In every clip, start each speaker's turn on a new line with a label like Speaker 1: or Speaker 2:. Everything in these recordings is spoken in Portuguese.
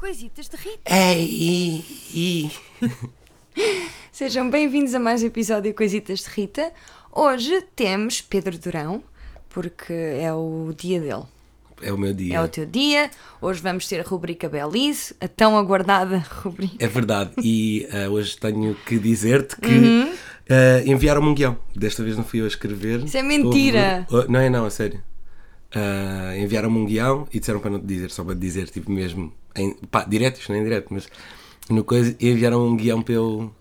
Speaker 1: Receitas de Rita.
Speaker 2: Ei! ei.
Speaker 1: Sejam bem-vindos a mais um episódio de Coisitas de Rita. Hoje temos Pedro Durão, porque é o dia dele.
Speaker 2: É o meu dia.
Speaker 1: É o teu dia. Hoje vamos ter a rubrica Belize, a tão aguardada rubrica.
Speaker 2: É verdade. E ah, hoje tenho que dizer-te que
Speaker 1: Uhum.
Speaker 2: ah, enviaram-me um guião. Desta vez não fui eu a escrever.
Speaker 1: Isso é mentira.
Speaker 2: Houve- oh, não é, não, a sério. Ah, enviaram-me um guião e disseram para não te dizer, só para te dizer, tipo mesmo, em, pá, diretos, não é em direto, mas no coisa, enviaram um guião para eu,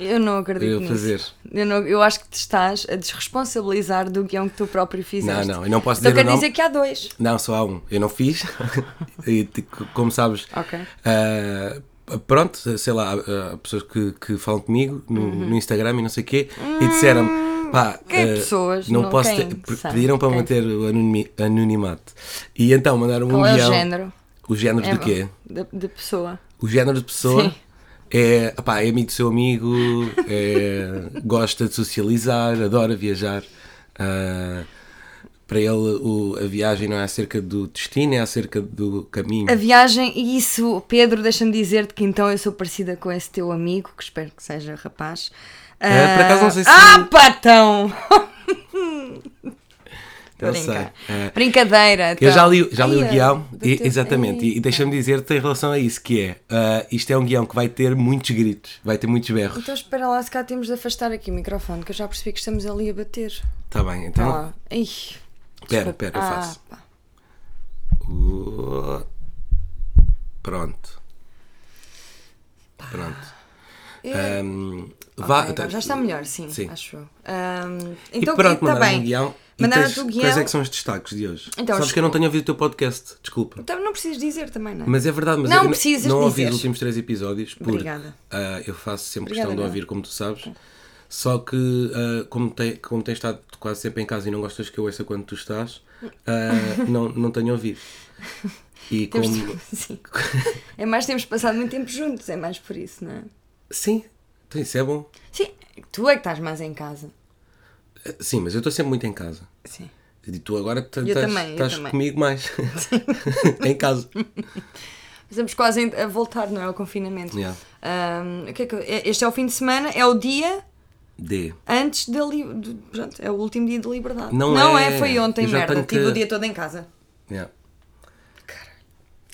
Speaker 1: Eu não
Speaker 2: para
Speaker 1: acredito
Speaker 2: eu
Speaker 1: nisso.
Speaker 2: fazer.
Speaker 1: Eu, não- eu acho que te estás a desresponsabilizar do guião que tu próprio fizeste.
Speaker 2: Não, não, eu não posso
Speaker 1: Então
Speaker 2: dizer o
Speaker 1: quero
Speaker 2: nome.
Speaker 1: dizer que há dois.
Speaker 2: Não, só há um. Eu não fiz. e, te- como sabes,
Speaker 1: Ok.
Speaker 2: ah, pronto, sei lá, há há pessoas que, que falam comigo no,
Speaker 1: Uhum.
Speaker 2: no Instagram e não sei o quê e disseram pá,
Speaker 1: que
Speaker 2: ah,
Speaker 1: Hum, é pessoas,
Speaker 2: não
Speaker 1: não-
Speaker 2: posso
Speaker 1: quem
Speaker 2: ter- p-
Speaker 1: sabe,
Speaker 2: pediram para
Speaker 1: quem
Speaker 2: manter o anonimi- anonimato. E então mandaram
Speaker 1: Qual
Speaker 2: um
Speaker 1: é o
Speaker 2: guião.
Speaker 1: género?
Speaker 2: O género
Speaker 1: É
Speaker 2: de quê?
Speaker 1: Da, da pessoa.
Speaker 2: O género de pessoa
Speaker 1: Sim.
Speaker 2: é, pá, é amigo do seu amigo, é- gosta de socializar, adora viajar. ah, para ele, o- a viagem não é acerca do destino, é acerca do caminho.
Speaker 1: A viagem, e isso, Pedro, deixa-me dizer-te que então eu sou parecida com esse teu amigo, que espero que seja rapaz.
Speaker 2: É, por acaso não sei se-
Speaker 1: Ah, patão! Estou a
Speaker 2: Não sei.
Speaker 1: brincar.
Speaker 2: É.
Speaker 1: Brincadeira.
Speaker 2: Eu
Speaker 1: então.
Speaker 2: já li, já li
Speaker 1: Ai,
Speaker 2: o guião,
Speaker 1: do
Speaker 2: e-
Speaker 1: teu-
Speaker 2: exatamente, e, e
Speaker 1: Ei.
Speaker 2: deixa-me dizer-te em relação a isso, que é, ah, isto é um guião que vai ter muitos gritos, vai ter muitos berros.
Speaker 1: Então espera lá, se cá temos de afastar aqui o microfone, que eu já percebi que estamos ali a bater.
Speaker 2: Está bem,
Speaker 1: Vá
Speaker 2: então,
Speaker 1: lá. Ai,
Speaker 2: espera, espera, eu
Speaker 1: ah,
Speaker 2: faço.
Speaker 1: pá.
Speaker 2: Uh, Pronto. Pronto.
Speaker 1: É,
Speaker 2: Ahm,
Speaker 1: ok,
Speaker 2: vá-
Speaker 1: agora já está melhor, sim,
Speaker 2: ah, então, Sim.
Speaker 1: acho eu. Ahm,
Speaker 2: E
Speaker 1: então,
Speaker 2: pronto,
Speaker 1: está
Speaker 2: mandaram
Speaker 1: bem.
Speaker 2: um guião. E
Speaker 1: Mandaram-te
Speaker 2: tens,
Speaker 1: o guião.
Speaker 2: Quais é que são os destaques de hoje?
Speaker 1: Então,
Speaker 2: Sabes
Speaker 1: os-
Speaker 2: que eu não tenho ouvido o teu podcast, desculpa.
Speaker 1: Então, não precisas dizer também, não é?
Speaker 2: Mas é verdade, mas
Speaker 1: Não
Speaker 2: eu não,
Speaker 1: precisas
Speaker 2: não ouvi
Speaker 1: dizer.
Speaker 2: os últimos três episódios porque
Speaker 1: Obrigada.
Speaker 2: ah, eu faço sempre
Speaker 1: Obrigada,
Speaker 2: questão de
Speaker 1: Bela.
Speaker 2: ouvir, como tu sabes. Só que ah, como, tem, como tens estado quase sempre em casa e não gostas que eu ouça quando tu estás, ah, não, não tenho ouvido. E
Speaker 1: Temos
Speaker 2: como.
Speaker 1: de- Sim. É mais temos passado muito tempo juntos, é mais por isso, não é?
Speaker 2: Sim, então isso é bom.
Speaker 1: Sim, tu é que estás mais em casa.
Speaker 2: Ah, Sim, mas eu estou sempre muito em casa.
Speaker 1: Sim.
Speaker 2: E tu agora t-
Speaker 1: Eu
Speaker 2: estás
Speaker 1: também, eu
Speaker 2: estás
Speaker 1: também.
Speaker 2: comigo mais. em casa.
Speaker 1: Estamos quase em- a voltar, não é? Ao confinamento.
Speaker 2: Yeah.
Speaker 1: Ahm, o que é que eu- é- este é o fim de semana, é o dia
Speaker 2: D.
Speaker 1: antes da liberdade. Pronto, é o último dia de liberdade.
Speaker 2: Não é.
Speaker 1: foi ontem,
Speaker 2: Eu já
Speaker 1: merda.
Speaker 2: tenho que-
Speaker 1: Tive o dia todo em casa.
Speaker 2: Yeah.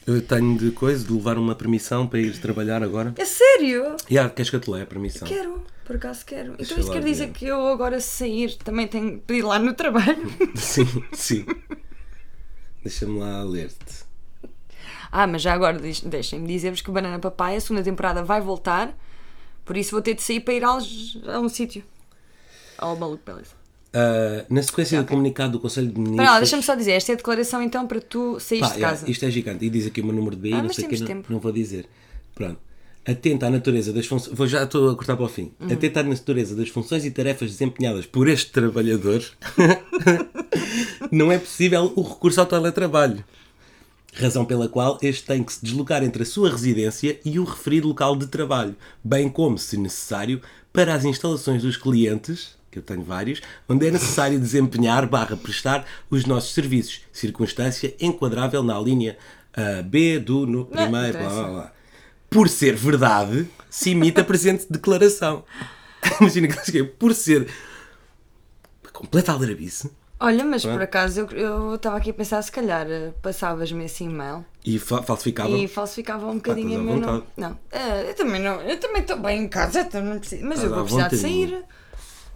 Speaker 2: Eu tenho de coisa de levar uma permissão para ir trabalhar agora.
Speaker 1: É sério?
Speaker 2: Yeah, queres que eu te leia a permissão?
Speaker 1: Quero, por acaso quero.
Speaker 2: Então. Deixa
Speaker 1: Então isso
Speaker 2: lá
Speaker 1: quer
Speaker 2: ver.
Speaker 1: dizer que eu agora se sair também tenho que pedir lá no trabalho.
Speaker 2: Sim, sim. Deixa-me lá ler-te.
Speaker 1: Ah, mas já agora diz- deixem-me dizer-vos que o Banana Papai, a segunda temporada, vai voltar, por isso vou ter de sair para ir aos- a um sítio. Ao maluco beleza.
Speaker 2: Ah, na sequência do comunicado do Conselho de Ministros.
Speaker 1: Espera lá, deixa-me só dizer, esta é a declaração então para tu saíres
Speaker 2: Pá,
Speaker 1: de
Speaker 2: é,
Speaker 1: casa.
Speaker 2: isto é gigante. E diz aqui o meu número de BI,
Speaker 1: Ah,
Speaker 2: não
Speaker 1: mas
Speaker 2: sei o que,
Speaker 1: temos
Speaker 2: não,
Speaker 1: tempo.
Speaker 2: não vou dizer. Pronto. Atenta à natureza das funções. Vou já estou a cortar para o fim.
Speaker 1: Hum.
Speaker 2: Atenta à natureza das funções e tarefas desempenhadas por este trabalhador. não é possível o recurso ao teletrabalho. Razão pela qual este tem que se deslocar entre a sua residência e o referido local de trabalho, bem como, se necessário, para as instalações dos clientes, que eu tenho vários, onde é necessário desempenhar barra prestar os nossos serviços, circunstância enquadrável na linha ah, B do no primeiro, blá, blá, blá. Por ser verdade, se imita a presente declaração. Imagina que eu cheguei, por ser completa alarabice,
Speaker 1: Olha, mas por acaso eu- eu estava aqui a pensar, se calhar eh, passavas-me esse e-mail
Speaker 2: e fa- falsificava
Speaker 1: e falsificava um bocadinho
Speaker 2: estás
Speaker 1: o
Speaker 2: à
Speaker 1: meu nome.
Speaker 2: vontade.
Speaker 1: Não, Ah, eu também não, eu também estou bem em casa, então não preciso, mas eu
Speaker 2: Estás
Speaker 1: vou
Speaker 2: à
Speaker 1: precisar de
Speaker 2: vontadinha.
Speaker 1: sair.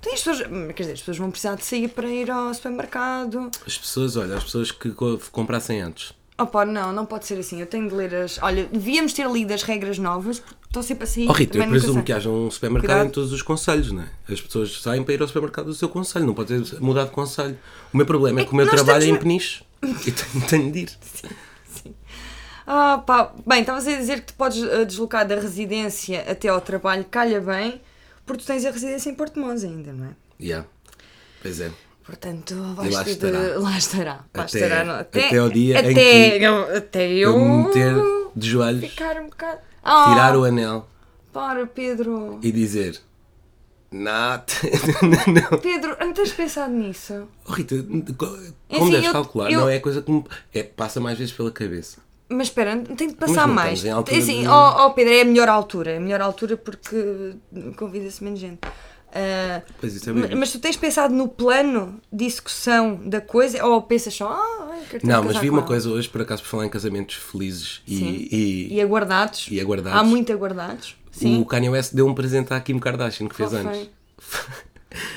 Speaker 1: Tem as pessoas, hum, quer dizer, as pessoas vão precisar de sair para ir ao supermercado.
Speaker 2: As pessoas, olha, as pessoas que co- comprassem antes.
Speaker 1: Opa, não, não pode ser assim. Eu tenho de ler as. Olha, devíamos ter lido as regras novas, porque estou sempre a sair.
Speaker 2: Oh Rita, eu
Speaker 1: também nunca
Speaker 2: presumo
Speaker 1: sei.
Speaker 2: que haja um supermercado
Speaker 1: Cuidado.
Speaker 2: em todos os conselhos, não é? As pessoas saem para ir ao supermercado do seu conselho, não pode ter mudado de conselho. O meu problema é que o meu
Speaker 1: nós
Speaker 2: trabalho é em
Speaker 1: estamos
Speaker 2: Peniche e tenho, tenho de ir.
Speaker 1: Ah, pá, bem, estavas a dizer que te podes eh, deslocar da residência até ao trabalho, calha bem, porque tu tens a residência em Portemões ainda, não é?
Speaker 2: Yeah. Pois é.
Speaker 1: Portanto, vais
Speaker 2: lá
Speaker 1: ter de-
Speaker 2: estará.
Speaker 1: Lá estará. Lá
Speaker 2: Até-
Speaker 1: estará não-
Speaker 2: até ao dia em
Speaker 1: até,
Speaker 2: que
Speaker 1: eu- até eu.
Speaker 2: Eu me meter de joelhos,
Speaker 1: Ficar um bocado. Ah,
Speaker 2: tirar o anel
Speaker 1: Para, Pedro.
Speaker 2: e dizer. Not. não.
Speaker 1: Pedro, não tens pensado nisso?
Speaker 2: Oh Rita, co- como
Speaker 1: Enfim,
Speaker 2: deves
Speaker 1: É assim, eu-
Speaker 2: calcular,
Speaker 1: eu-
Speaker 2: não é coisa que me. É, passa mais vezes pela cabeça.
Speaker 1: Mas espera, tem de passar
Speaker 2: não
Speaker 1: mais.
Speaker 2: estamos em altura
Speaker 1: É assim,
Speaker 2: de-
Speaker 1: ó- ó, Pedro, é a melhor altura. É a melhor altura porque convida-se menos gente. Ah,
Speaker 2: Pois isso é
Speaker 1: ma-
Speaker 2: bem.
Speaker 1: mas tu tens pensado no plano de execução da coisa ou pensas só, ah, ai, quero ter
Speaker 2: Não,
Speaker 1: um
Speaker 2: mas
Speaker 1: casaco
Speaker 2: vi uma
Speaker 1: lá."
Speaker 2: coisa hoje, por acaso, por falar em casamentos felizes
Speaker 1: Sim.
Speaker 2: e, e
Speaker 1: E aguardados.
Speaker 2: e aguardados.
Speaker 1: Há muito aguardados. Sim.
Speaker 2: o Kanye West deu um presente à Kim Kardashian que fez
Speaker 1: Qual
Speaker 2: anos.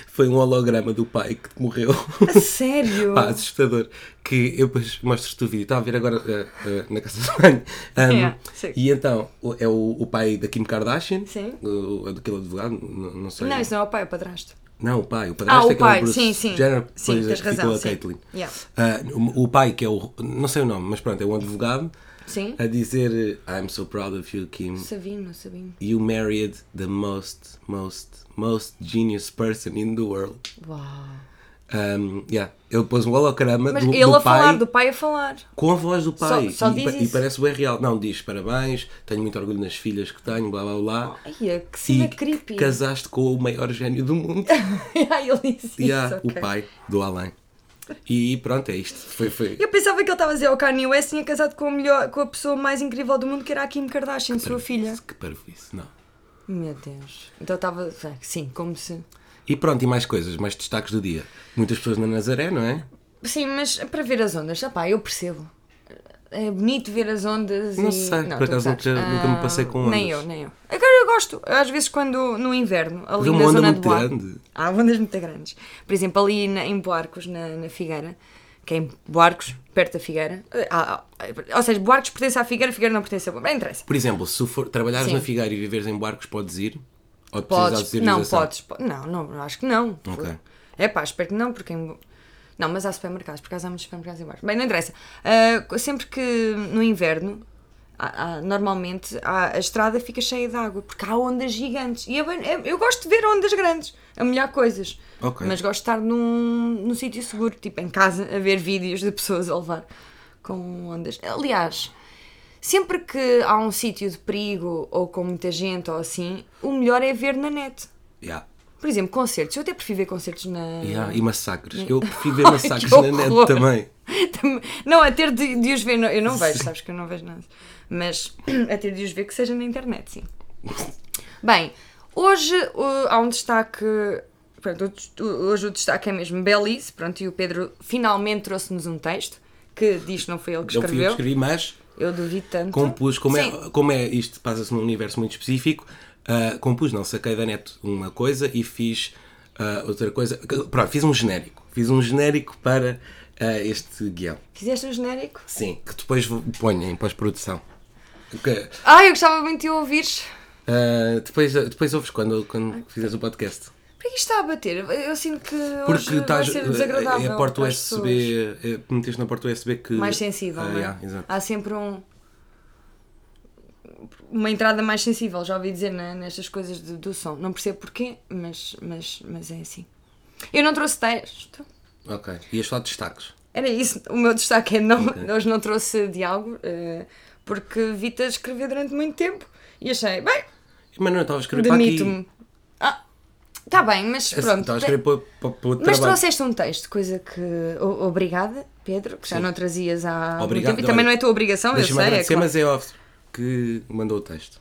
Speaker 2: Foi um holograma do pai que morreu.
Speaker 1: A sério?
Speaker 2: Pá, assustador. Que eu depois mostro-te o vídeo. Estava a ver agora eh, eh, na casa de banho. Um,
Speaker 1: Yeah, sim.
Speaker 2: e então, o- é o, o pai da Kim Kardashian,
Speaker 1: Sim.
Speaker 2: o- daquele advogado, não, não sei.
Speaker 1: Não, isso não é o pai, é o padrasto.
Speaker 2: Não, o pai. O
Speaker 1: Ah,
Speaker 2: padrasto é
Speaker 1: o
Speaker 2: aquele
Speaker 1: pai,
Speaker 2: Bruce
Speaker 1: sim, sim.
Speaker 2: Jenner,
Speaker 1: sim,
Speaker 2: depois
Speaker 1: tens
Speaker 2: é que
Speaker 1: razão.
Speaker 2: ficou a
Speaker 1: sim.
Speaker 2: Caitlyn.
Speaker 1: Yeah.
Speaker 2: Ah, o, o pai, que é o. Não sei o nome, mas pronto, é um advogado,
Speaker 1: Sim.
Speaker 2: a dizer: eh, I'm so proud of you, Kim.
Speaker 1: Sabino, Sabino.
Speaker 2: You married the most, most, most genius person in the world.
Speaker 1: Uau.
Speaker 2: Um, yeah. Ele pôs um holograma
Speaker 1: Mas
Speaker 2: do,
Speaker 1: ele
Speaker 2: do
Speaker 1: a
Speaker 2: pai
Speaker 1: falar, do pai a falar.
Speaker 2: com a voz do pai.
Speaker 1: só
Speaker 2: e,
Speaker 1: diz
Speaker 2: pa- e
Speaker 1: isso.
Speaker 2: parece bem real. Não, diz parabéns, tenho muito orgulho nas filhas que tenho, blá blá blá.
Speaker 1: Ai, que
Speaker 2: e
Speaker 1: Oh, é cena
Speaker 2: que
Speaker 1: creepy.
Speaker 2: casaste com o maior gênio do mundo.
Speaker 1: Ai, ele disse isso.
Speaker 2: e há
Speaker 1: ok.
Speaker 2: o pai do além. E pronto, é isto. Foi, foi.
Speaker 1: Eu pensava que ele estava a dizer ao Kanye West tinha casado com a, melhor, com a pessoa mais incrível do mundo, que era a Kim Kardashian, sua filha.
Speaker 2: Que parvoíce, não.
Speaker 1: Meu Deus. Então estava. Sim, como se.
Speaker 2: E pronto, e mais coisas, mais destaques do dia. Muitas pessoas na Nazaré, não é?
Speaker 1: Sim, mas para ver as ondas, já pá, eu percebo. É bonito ver as ondas
Speaker 2: Não
Speaker 1: e...
Speaker 2: sei, por
Speaker 1: tu
Speaker 2: acaso
Speaker 1: sabes.
Speaker 2: nunca- nunca me passei com
Speaker 1: Ah, Nem
Speaker 2: ondas.
Speaker 1: eu, nem eu. Agora eu gosto, às vezes quando no inverno, ali
Speaker 2: Havia uma
Speaker 1: na
Speaker 2: onda
Speaker 1: zona
Speaker 2: muito
Speaker 1: de Boar.
Speaker 2: grande.
Speaker 1: Há ondas muito grandes. Por exemplo, ali na- em Boarcos, na, na Figueira, que é em Boarcos, perto da Figueira. Ah, ah, ou seja, Boarcos pertence à Figueira, Figueira não pertence a Boarcos. Não interessa.
Speaker 2: Por exemplo, se for trabalhares
Speaker 1: Sim.
Speaker 2: na Figueira e viveres em barcos, podes ir? Ou precisas
Speaker 1: Podes,
Speaker 2: de
Speaker 1: não,
Speaker 2: autorização?
Speaker 1: podes. po- Não, não, acho que não.
Speaker 2: Ok.
Speaker 1: É pá, espero que não, porque. em- Não, mas há supermercados, por acaso há muitos supermercados em baixo. Bem, não interessa. Ah, sempre que no inverno, há- há- normalmente há- a estrada fica cheia de água, porque há ondas gigantes. E é bem- é- eu gosto de ver ondas grandes, é a molhar coisas.
Speaker 2: Ok.
Speaker 1: Mas gosto de estar num, num sítio seguro, tipo em casa, a ver vídeos de pessoas a levar com ondas. Aliás, sempre que há um sítio de perigo ou com muita gente ou assim, o melhor é ver na net.
Speaker 2: Yeah.
Speaker 1: Por exemplo, concertos. Eu até prefiro ver concertos na.
Speaker 2: Yeah, E massacres. Eu prefiro ver massacres
Speaker 1: Hum. que
Speaker 2: na net
Speaker 1: horror.
Speaker 2: também.
Speaker 1: Também- não, a ter de, de os ver. não- eu não vejo, sabes que eu não vejo nada. Mas a ter de os ver que seja na internet, sim. Bem, hoje uh, há um destaque. pronto, o dest- o- hoje o destaque é mesmo Belize. Pronto, e o Pedro finalmente trouxe-nos um texto que diz que não foi ele que
Speaker 2: Eu fui eu
Speaker 1: escreveu.
Speaker 2: que escrevi, mas
Speaker 1: Eu duvido tanto.
Speaker 2: compus, como
Speaker 1: Sim.
Speaker 2: é, como é isto passa-se num universo muito específico, ah, compus, não, saquei da net uma coisa e fiz ah, outra coisa. Pronto, fiz um genérico. Fiz um genérico para ah, este guião.
Speaker 1: Fizeste um genérico?
Speaker 2: Sim, que depois vou- ponho em pós-produção. Que,
Speaker 1: Ah, eu gostava muito de o ouvires.
Speaker 2: ah, depois, depois ouves quando, quando fizeres o podcast.
Speaker 1: Por que isto está a bater? Eu sinto que
Speaker 2: Porque
Speaker 1: hoje vai
Speaker 2: estás.
Speaker 1: ser
Speaker 2: eh,
Speaker 1: desagradável.
Speaker 2: É a porta
Speaker 1: para as pessoas.
Speaker 2: USB. eh, Meteste na porta USB que.
Speaker 1: Mais sensível,
Speaker 2: Ah,
Speaker 1: não é?
Speaker 2: yeah, exato.
Speaker 1: Há sempre um. Uma entrada mais sensível, já ouvi dizer né, nestas coisas de- do som. Não percebo porquê, mas, mas, mas é assim. Eu não trouxe texto.
Speaker 2: Ok. Ias falar de destaques.
Speaker 1: Era isso. O meu destaque é não. Hoje não trouxe diálogo, eh, porque vi-te a escrever durante muito tempo e achei, bem,
Speaker 2: Mas não, eu estava a escrever para aqui.
Speaker 1: demito-me. Ah, tá bem, mas
Speaker 2: Assim,
Speaker 1: pronto.
Speaker 2: Estava a escrever para, para, para outro
Speaker 1: Mas
Speaker 2: trabalho.
Speaker 1: trouxeste um texto, coisa que. o- Obrigada, Pedro, que já não trazias há. muito
Speaker 2: Obrigado,
Speaker 1: tempo. E também não
Speaker 2: olha,
Speaker 1: é tua obrigação, eu
Speaker 2: Deixa-me
Speaker 1: sei. É
Speaker 2: agradecer,
Speaker 1: claro.
Speaker 2: mas é off que mandou o texto.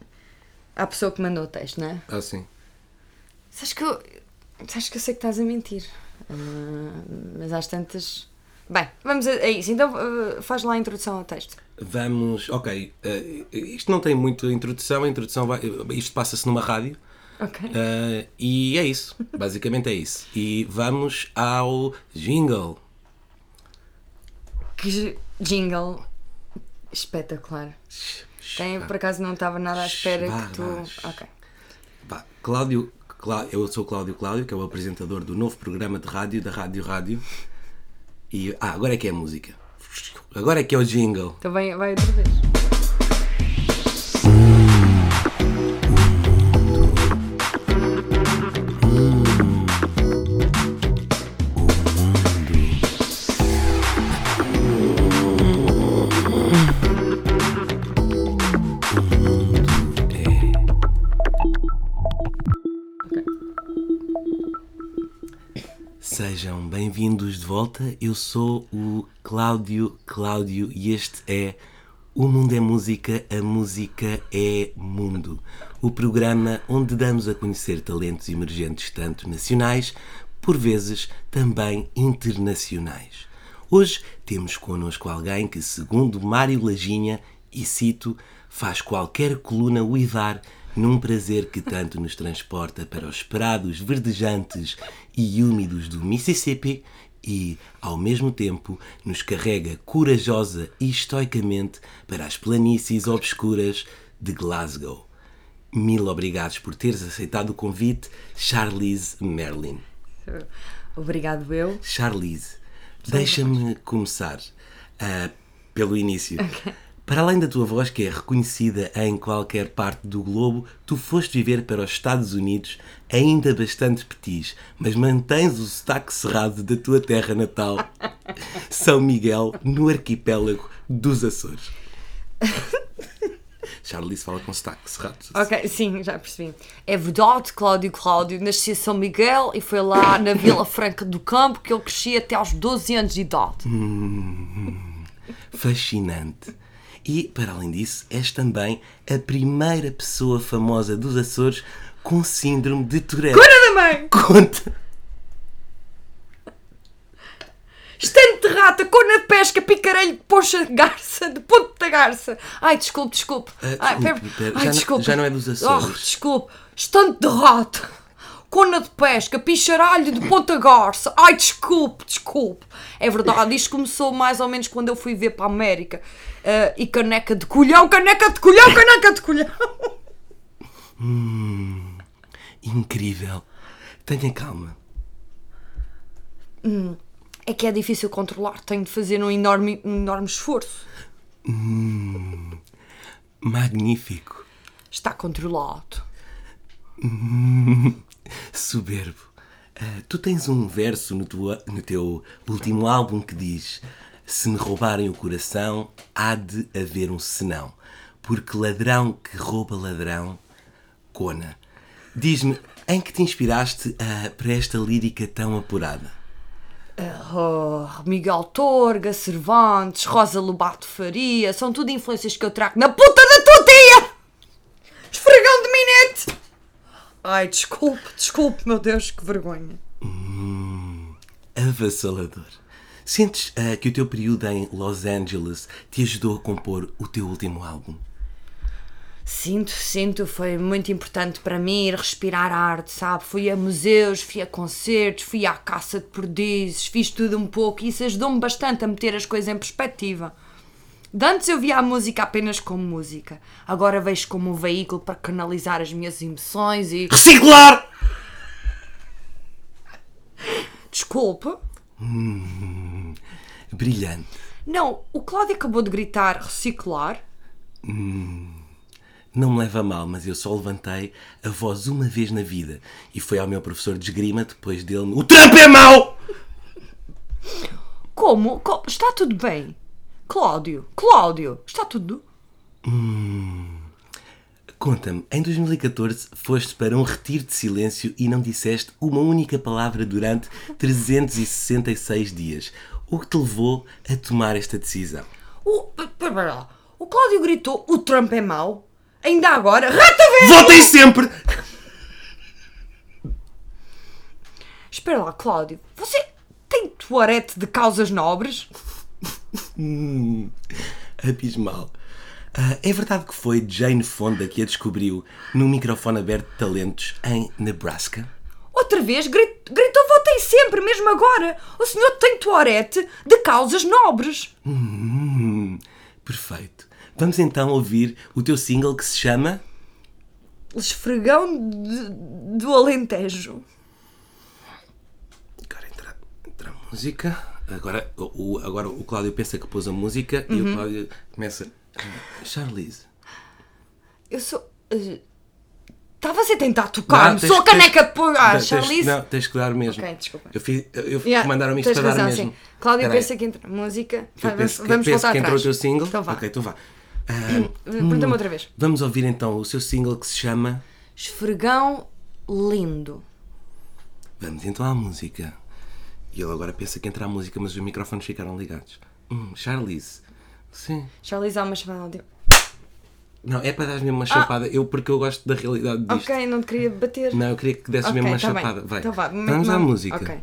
Speaker 1: Há pessoa que mandou o texto, não é?
Speaker 2: Ah, sim.
Speaker 1: Sabes que eu. Sabes que eu sei que estás a mentir. Ah, mas às tantas. Bem, vamos a, a isso. Então ah, faz lá a introdução ao texto.
Speaker 2: Vamos. Ok. eh, isto não tem muito introdução. A introdução vai. Isto passa-se numa rádio.
Speaker 1: Ok.
Speaker 2: eh, e é isso. Basicamente é isso. E vamos ao jingle.
Speaker 1: Que j- jingle espetacular. Tem, por acaso não estava nada à espera que tu. Ok.
Speaker 2: Pá, Cláudio, Clá- eu sou o Cláudio Cláudio, que é o apresentador do novo programa de rádio da Rádio Rádio. E ah, agora é que é a música. Agora é que é o jingle.
Speaker 1: Então vai, vai outra vez.
Speaker 2: Sejam bem-vindos de volta. Eu sou o Cláudio Cláudio e este é O mundo é música, a música é mundo. O programa onde damos a conhecer talentos emergentes, tanto nacionais, por vezes também internacionais. Hoje temos connosco alguém que, segundo Mário Laginha, e cito, faz qualquer coluna uivar num prazer que tanto nos transporta para os prados verdejantes e úmidos do Mississippi e, ao mesmo tempo, nos carrega corajosa e estoicamente para as planícies obscuras de Glasgow. Mil obrigados por teres aceitado o convite, Charlize Merlin.
Speaker 1: Obrigado eu.
Speaker 2: Charlize, deixa-me começar ah, pelo início. Para além da tua voz, que é reconhecida em qualquer parte do globo, tu foste viver para os Estados Unidos ainda bastante petis, mas mantens o sotaque cerrado da tua terra natal, São Miguel, no arquipélago dos Açores. Charlize fala com sotaque cerrado.
Speaker 1: Ok, sim, já percebi. É verdade, Cláudio Cláudio nasceu em São Miguel e foi lá na Vila Franca do Campo que ele crescia até aos 12 anos de idade.
Speaker 2: Fascinante. E, para além disso, és também a primeira pessoa famosa dos Açores com síndrome de Tourette.
Speaker 1: Cura da mãe!
Speaker 2: Conta!
Speaker 1: Estante de rata, cor na pesca, picarelho, poxa de garça, de ponto da garça. Ai, desculpe, desculpe. Ai,
Speaker 2: Ah, desculpe,
Speaker 1: pera-
Speaker 2: pera,
Speaker 1: Ai,
Speaker 2: já não-
Speaker 1: desculpe.
Speaker 2: já não é dos
Speaker 1: Oh,
Speaker 2: Açores.
Speaker 1: desculpe. Estante de rata, cona de pesca, picharalho de ponta garça. Ai, desculpe, desculpe. É verdade, isto começou mais ou menos quando eu fui ver para a América. Ah, e caneca de colhão, caneca de colhão, caneca de colhão.
Speaker 2: Incrível! Tenha calma.
Speaker 1: É que é difícil controlar, tenho de fazer um enorme, um enorme esforço.
Speaker 2: Magnífico!
Speaker 1: Está controlado.
Speaker 2: Soberbo. Ah, tu tens um verso no, tua- no teu último álbum que diz: Se me roubarem o coração, há de haver um senão, porque ladrão que rouba ladrão, cona. Diz-me, em que te inspiraste ah, para esta lírica tão apurada?
Speaker 1: Oh, Miguel Torga, Cervantes, Rosa Lobato Faria, são tudo influências que eu trago na puta da tua tia! Esfregão de minete! Ai, desculpe, desculpe, meu Deus, que vergonha.
Speaker 2: Avassalador. Sentes ah, que o teu período em Los Angeles te ajudou a compor o teu último álbum?
Speaker 1: Sinto, sinto, foi muito importante para mim ir respirar arte, sabe? Fui a museus, fui a concertos, fui à caça de perdizes, fiz tudo um pouco e isso ajudou-me bastante a meter as coisas em perspectiva. De antes eu via a música apenas como música, agora vejo como um veículo para canalizar as minhas emoções e.
Speaker 2: Reciclar!
Speaker 1: Desculpe?
Speaker 2: Brilhante.
Speaker 1: Não, o Cláudio acabou de gritar reciclar.
Speaker 2: Não me leva a mal, mas eu só levantei a voz uma vez na vida e foi ao meu professor de esgrima depois dele. O trampo é mau!
Speaker 1: Como? Co- Está tudo bem? Cláudio, Cláudio, está tudo.
Speaker 2: Conta-me, em 2014 foste para um retiro de silêncio e não disseste uma única palavra durante 366 dias. O que te levou a tomar esta decisão?
Speaker 1: O, p- pera lá. o Cláudio gritou: o Trump é mau. Ainda agora, rata verde!
Speaker 2: Votem sempre!
Speaker 1: Espera lá, Cláudio, você tem toarete de causas nobres?
Speaker 2: Hum, abismal. Ah, é verdade que foi Jane Fonda que a descobriu num microfone aberto de talentos em Nebraska?
Speaker 1: Outra vez gri- gritou: votem sempre, mesmo agora. O senhor tem toarete de causas nobres.
Speaker 2: Hum, perfeito. Vamos então ouvir o teu single que se chama.
Speaker 1: Esfregão de- do Alentejo.
Speaker 2: Agora entra, entra a música. Agora o, o- agora o Cláudio pensa que pôs a música e
Speaker 1: Uhum.
Speaker 2: o Cláudio começa. "Ah, Charlize.
Speaker 1: Eu sou. eh, Estava a tentar tocar-me.
Speaker 2: Não, tens-
Speaker 1: Sou a caneca
Speaker 2: tens-
Speaker 1: de pôr. Ah,
Speaker 2: tens-
Speaker 1: Charlize.
Speaker 2: Não, tens que dar mesmo.
Speaker 1: Ok, desculpa.
Speaker 2: Eu, fiz, eu, eu
Speaker 1: Yeah,
Speaker 2: mandaram-me isto
Speaker 1: tens
Speaker 2: um para dar
Speaker 1: razão,
Speaker 2: mesmo.
Speaker 1: sim. Cláudio
Speaker 2: Espera aí.
Speaker 1: pensa que entra. Música.
Speaker 2: Eu
Speaker 1: Vai,
Speaker 2: penso que,
Speaker 1: vamos
Speaker 2: penso
Speaker 1: voltar
Speaker 2: que entrou o
Speaker 1: atrás.
Speaker 2: teu single.
Speaker 1: Então vá.
Speaker 2: Ok, então vá. Ah,
Speaker 1: Pergunta-me outra vez.
Speaker 2: vamos ouvir então o seu single que se chama.
Speaker 1: Esfregão lindo.
Speaker 2: Vamos então à música. E ele agora pensa que entra a música, mas os microfones ficaram ligados. Hum, Charlize, Sim.
Speaker 1: Charlize há uma chamada ao diabo.
Speaker 2: Não, é para dar mesmo uma chapada. Eu, porque eu gosto da realidade disto.
Speaker 1: Ah. Ok, não te queria bater.
Speaker 2: Não, eu queria que desses
Speaker 1: Ok,
Speaker 2: mesmo uma
Speaker 1: tá bem.
Speaker 2: chapada. Vai.
Speaker 1: Então vá, mete
Speaker 2: Vamos à
Speaker 1: mão.
Speaker 2: música.
Speaker 1: Ok.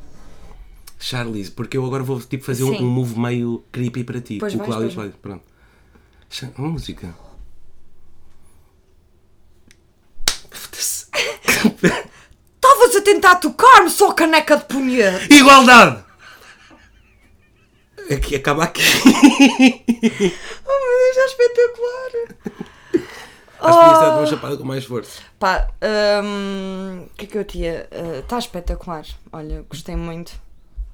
Speaker 2: Charlize, porque eu agora vou tipo fazer um,
Speaker 1: Sim.
Speaker 2: um move meio creepy para ti.
Speaker 1: Pois
Speaker 2: o
Speaker 1: vais,
Speaker 2: Cláudio
Speaker 1: pois
Speaker 2: vai. Pronto. Cha- Música. Foda-se.
Speaker 1: Estavas a tentar tocar-me, só caneca de punheta!
Speaker 2: Igualdade! Aqui, acaba aqui.
Speaker 1: Oh meu Deus, é espetacular! Oh.
Speaker 2: Acho que isto é uma chapada com mais força.
Speaker 1: Pá, hum, o que é que eu tinha? Está tá espetacular. Olha, gostei muito.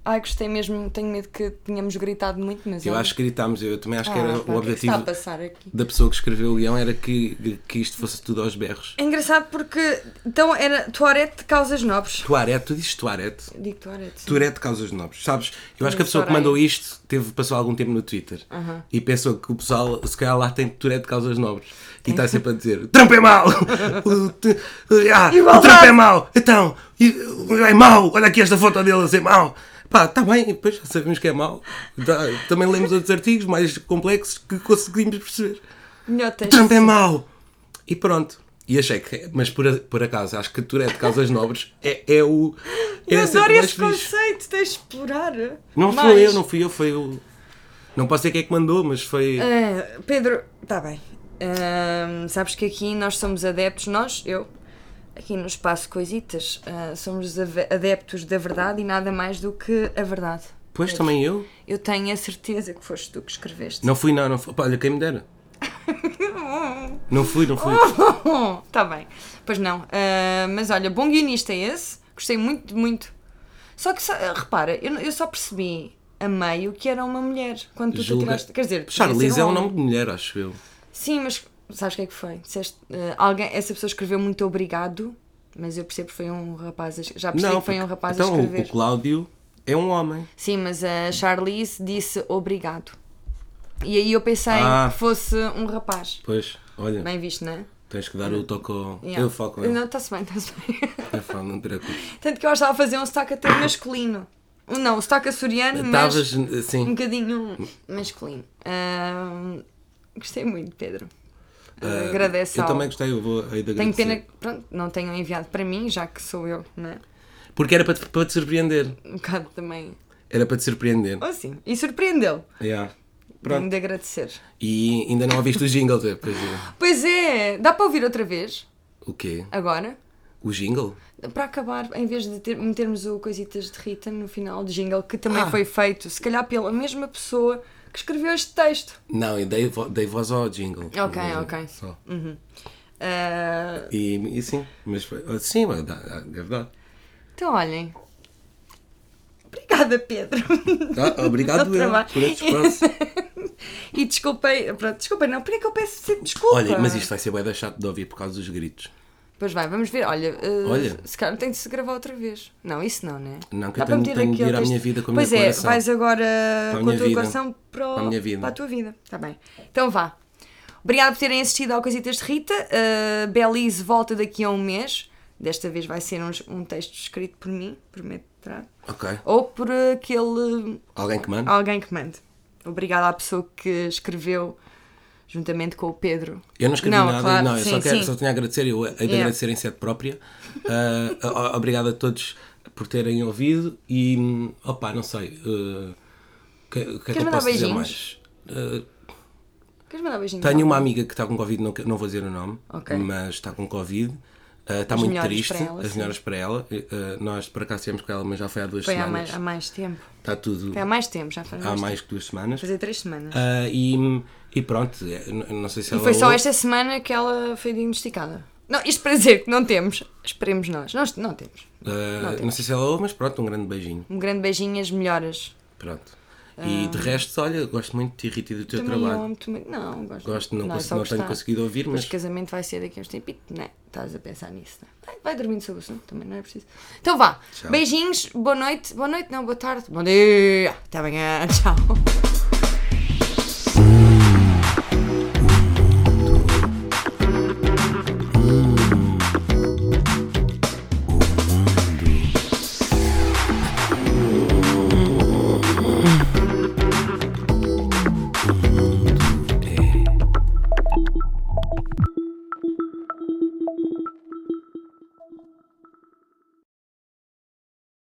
Speaker 1: Ai, gostei mesmo. Tenho medo que tenhamos gritado muito, mas.
Speaker 2: Eu
Speaker 1: olha.
Speaker 2: acho que gritámos, eu também acho que
Speaker 1: Ah,
Speaker 2: era
Speaker 1: pá, que
Speaker 2: o
Speaker 1: é que está
Speaker 2: objetivo
Speaker 1: a passar aqui?
Speaker 2: da pessoa que escreveu o guião era que, que isto fosse tudo aos berros.
Speaker 1: É engraçado porque. Então era Tourette de causas nobres.
Speaker 2: Tuarete, tu dizes Tuarete?
Speaker 1: Digo Tourette.
Speaker 2: Tourette de causas nobres, sabes? Eu acho que a
Speaker 1: Hum,
Speaker 2: pessoa que
Speaker 1: Soraya.
Speaker 2: mandou isto teve, passou algum tempo no Twitter e pensou que o pessoal, se calhar, lá tem Tourette de causas nobres e está sempre a dizer: Trump é mau! o, t- ah, o
Speaker 1: Igualdade!
Speaker 2: Trump é mau! Então, e- é mau! Olha aqui esta foto dele a ser mau! Pá, está bem, depois já sabemos que é mau. Tá- também lemos outros artigos mais complexos que conseguimos perceber.
Speaker 1: Minhotas.
Speaker 2: Trump é mau! E pronto. E achei que, mas por, a- por acaso, acho que Tourette de causas nobres é, é o. É
Speaker 1: Eu
Speaker 2: a
Speaker 1: adoro
Speaker 2: cena mais
Speaker 1: este
Speaker 2: fixe.
Speaker 1: conceito, tens de explorar.
Speaker 2: Não
Speaker 1: Mais.
Speaker 2: fui eu, não fui eu, foi o. Não posso dizer quem é que mandou, mas foi.
Speaker 1: Ah, Pedro, está bem. Ahm, sabes que aqui nós somos adeptos, nós, eu, aqui no Espaço Coisitas, ah, somos ave- adeptos da verdade e nada mais do que a verdade.
Speaker 2: Pois também eu.
Speaker 1: Eu tenho a certeza que foste tu que escreveste.
Speaker 2: Não fui, não, não fui. Pá, Olha, quem me dera. Não fui, não
Speaker 1: Oh,
Speaker 2: fui.
Speaker 1: Está Tá bem. Pois não. Ah, mas olha, bom guionista é esse. Gostei muito, muito. Só que, só- repara, eu, eu só percebi a meio que era uma mulher quando tu te
Speaker 2: Julga-
Speaker 1: atiraste. Quer dizer, podia
Speaker 2: Charlize
Speaker 1: ser um
Speaker 2: é um
Speaker 1: homem.
Speaker 2: nome de mulher, acho eu.
Speaker 1: Sim, mas sabes o que é que foi? Disseste, eh, alguém, essa pessoa escreveu muito obrigado, mas eu percebo que foi um rapaz. A, es- já percebi
Speaker 2: Não,
Speaker 1: que foi um rapaz
Speaker 2: então,
Speaker 1: a
Speaker 2: o-
Speaker 1: escrever.
Speaker 2: o Cláudio é um homem.
Speaker 1: Sim, mas a Charlize disse obrigado. E aí eu pensei
Speaker 2: Ah.
Speaker 1: que fosse um rapaz.
Speaker 2: Pois, olha,
Speaker 1: Bem visto, não é?
Speaker 2: tens que dar o toque ao.
Speaker 1: Yeah.
Speaker 2: Eu falo com ele.
Speaker 1: Não, está-se bem, está-se bem.
Speaker 2: Eu falo, não te preocupes.
Speaker 1: Tanto que eu estava a fazer um sotaque até masculino. Um- Não, um sotaque açoriano, mas
Speaker 2: Estavas
Speaker 1: um
Speaker 2: assim.
Speaker 1: bocadinho masculino. Ah, gostei muito, Pedro. Agradeço Agradeço
Speaker 2: Ah, Eu
Speaker 1: ao-
Speaker 2: também gostei, eu vou aí de
Speaker 1: Tenho
Speaker 2: agradecer.
Speaker 1: pena que pronto, não tenham enviado para mim, já que sou eu, não é?
Speaker 2: Porque era para te, para te surpreender.
Speaker 1: Um bocado também.
Speaker 2: Era para te surpreender.
Speaker 1: Ou sim, e surpreendeu.
Speaker 2: Yeah. Pronto.
Speaker 1: Tenho de agradecer.
Speaker 2: E ainda não ouviste o jingle, Zé, pois é.
Speaker 1: Pois é, dá para ouvir outra vez,
Speaker 2: O quê?
Speaker 1: agora.
Speaker 2: O jingle?
Speaker 1: Para acabar, em vez de ter- metermos o Coisitas de Rita no final de jingle, que também
Speaker 2: Ah.
Speaker 1: foi feito, se calhar pela mesma pessoa que escreveu este texto.
Speaker 2: Não, eu dei, vo- dei voz ao jingle. é?
Speaker 1: Ok, ok.
Speaker 2: Só.
Speaker 1: Ah,
Speaker 2: E, e sim, mas foi- sim, mas dá- dá- é verdade.
Speaker 1: então, olhem. Obrigada, Pedro.
Speaker 2: Tá, obrigado
Speaker 1: Bom
Speaker 2: eu
Speaker 1: trabalho.
Speaker 2: por este espaço.
Speaker 1: E desculpem, pronto, desculpem, não, por que é que eu peço sempre desculpa?
Speaker 2: Olha, mas isto vai ser bem chato de ouvir por causa dos gritos.
Speaker 1: Pois vai, vamos ver. Olha, eh,
Speaker 2: Olha.
Speaker 1: se calhar tem de se gravar outra vez. Não, isso não, né?
Speaker 2: Não, que
Speaker 1: Dá para
Speaker 2: eu tenho-
Speaker 1: meter
Speaker 2: tenho de
Speaker 1: aquele
Speaker 2: ir à minha
Speaker 1: texto.
Speaker 2: vida com a minha
Speaker 1: Pois é,
Speaker 2: coração.
Speaker 1: vais agora
Speaker 2: a
Speaker 1: com a
Speaker 2: minha
Speaker 1: tua
Speaker 2: vida.
Speaker 1: coração para, o-
Speaker 2: Para a minha vida.
Speaker 1: para a tua vida. Está bem. Então vá. Obrigada por terem assistido ao Coisitas de Rita. Eh, Belize volta daqui a um mês. Desta vez vai ser um, um texto escrito por mim, prometo. terá.
Speaker 2: Ok.
Speaker 1: Ou por aquele.
Speaker 2: Alguém que manda?
Speaker 1: alguém que mande. Obrigada à pessoa que escreveu juntamente com o Pedro.
Speaker 2: Eu não escrevi nada,
Speaker 1: claro,
Speaker 2: não, eu só,
Speaker 1: sim,
Speaker 2: quero,
Speaker 1: sim.
Speaker 2: só tenho a agradecer, eu hei de
Speaker 1: Yeah.
Speaker 2: agradecer em sede própria. Ah, ah, obrigado a todos por terem ouvido e hum, opá, não sei. ah, o que, o que é que eu
Speaker 1: mandar
Speaker 2: posso dizer
Speaker 1: beijinhos?
Speaker 2: mais? Ah,
Speaker 1: Queres mandar um beijinho?
Speaker 2: Tenho uma amiga que está com Covid, não, que- não vou dizer o nome,
Speaker 1: Ok.
Speaker 2: mas está com Covid. ah, está muito
Speaker 1: melhoras
Speaker 2: triste,
Speaker 1: para ela,
Speaker 2: as
Speaker 1: sim.
Speaker 2: melhoras para ela. Ah, nós por acaso estivemos com ela, mas já foi há duas
Speaker 1: Foi há
Speaker 2: semanas.
Speaker 1: mais, há mais tempo.
Speaker 2: Está tudo
Speaker 1: Foi há mais tempo, já faz
Speaker 2: há
Speaker 1: mais tempo.
Speaker 2: mais que duas semanas.
Speaker 1: Fazer três semanas.
Speaker 2: Ah, e, e pronto, é, n- não sei se
Speaker 1: e
Speaker 2: ela.
Speaker 1: foi só
Speaker 2: ouve.
Speaker 1: esta semana que ela foi diagnosticada. Não, isto para dizer que não temos. Esperemos nós. Nós não temos.
Speaker 2: Ah, não, sei se ela ouve, mas pronto, um grande beijinho.
Speaker 1: Um grande beijinho, as melhoras.
Speaker 2: Pronto. E de resto, olha, gosto muito de ti, Rita, e do teu
Speaker 1: Também eu
Speaker 2: trabalho.
Speaker 1: amo, também- Não, gosto.
Speaker 2: Gosto, não,
Speaker 1: é
Speaker 2: consigo-
Speaker 1: só
Speaker 2: não tenho
Speaker 1: gostar.
Speaker 2: conseguido ouvir,
Speaker 1: Mas
Speaker 2: mas.
Speaker 1: o casamento vai ser daqui a uns tempitos. Não, é? estás a pensar nisso. Não? é? Vai, vai dormindo sobre o sono, também não é preciso. Então vá. Beijinhos, boa noite. Boa noite, não, boa tarde. Bom dia. Até amanhã. Tchau.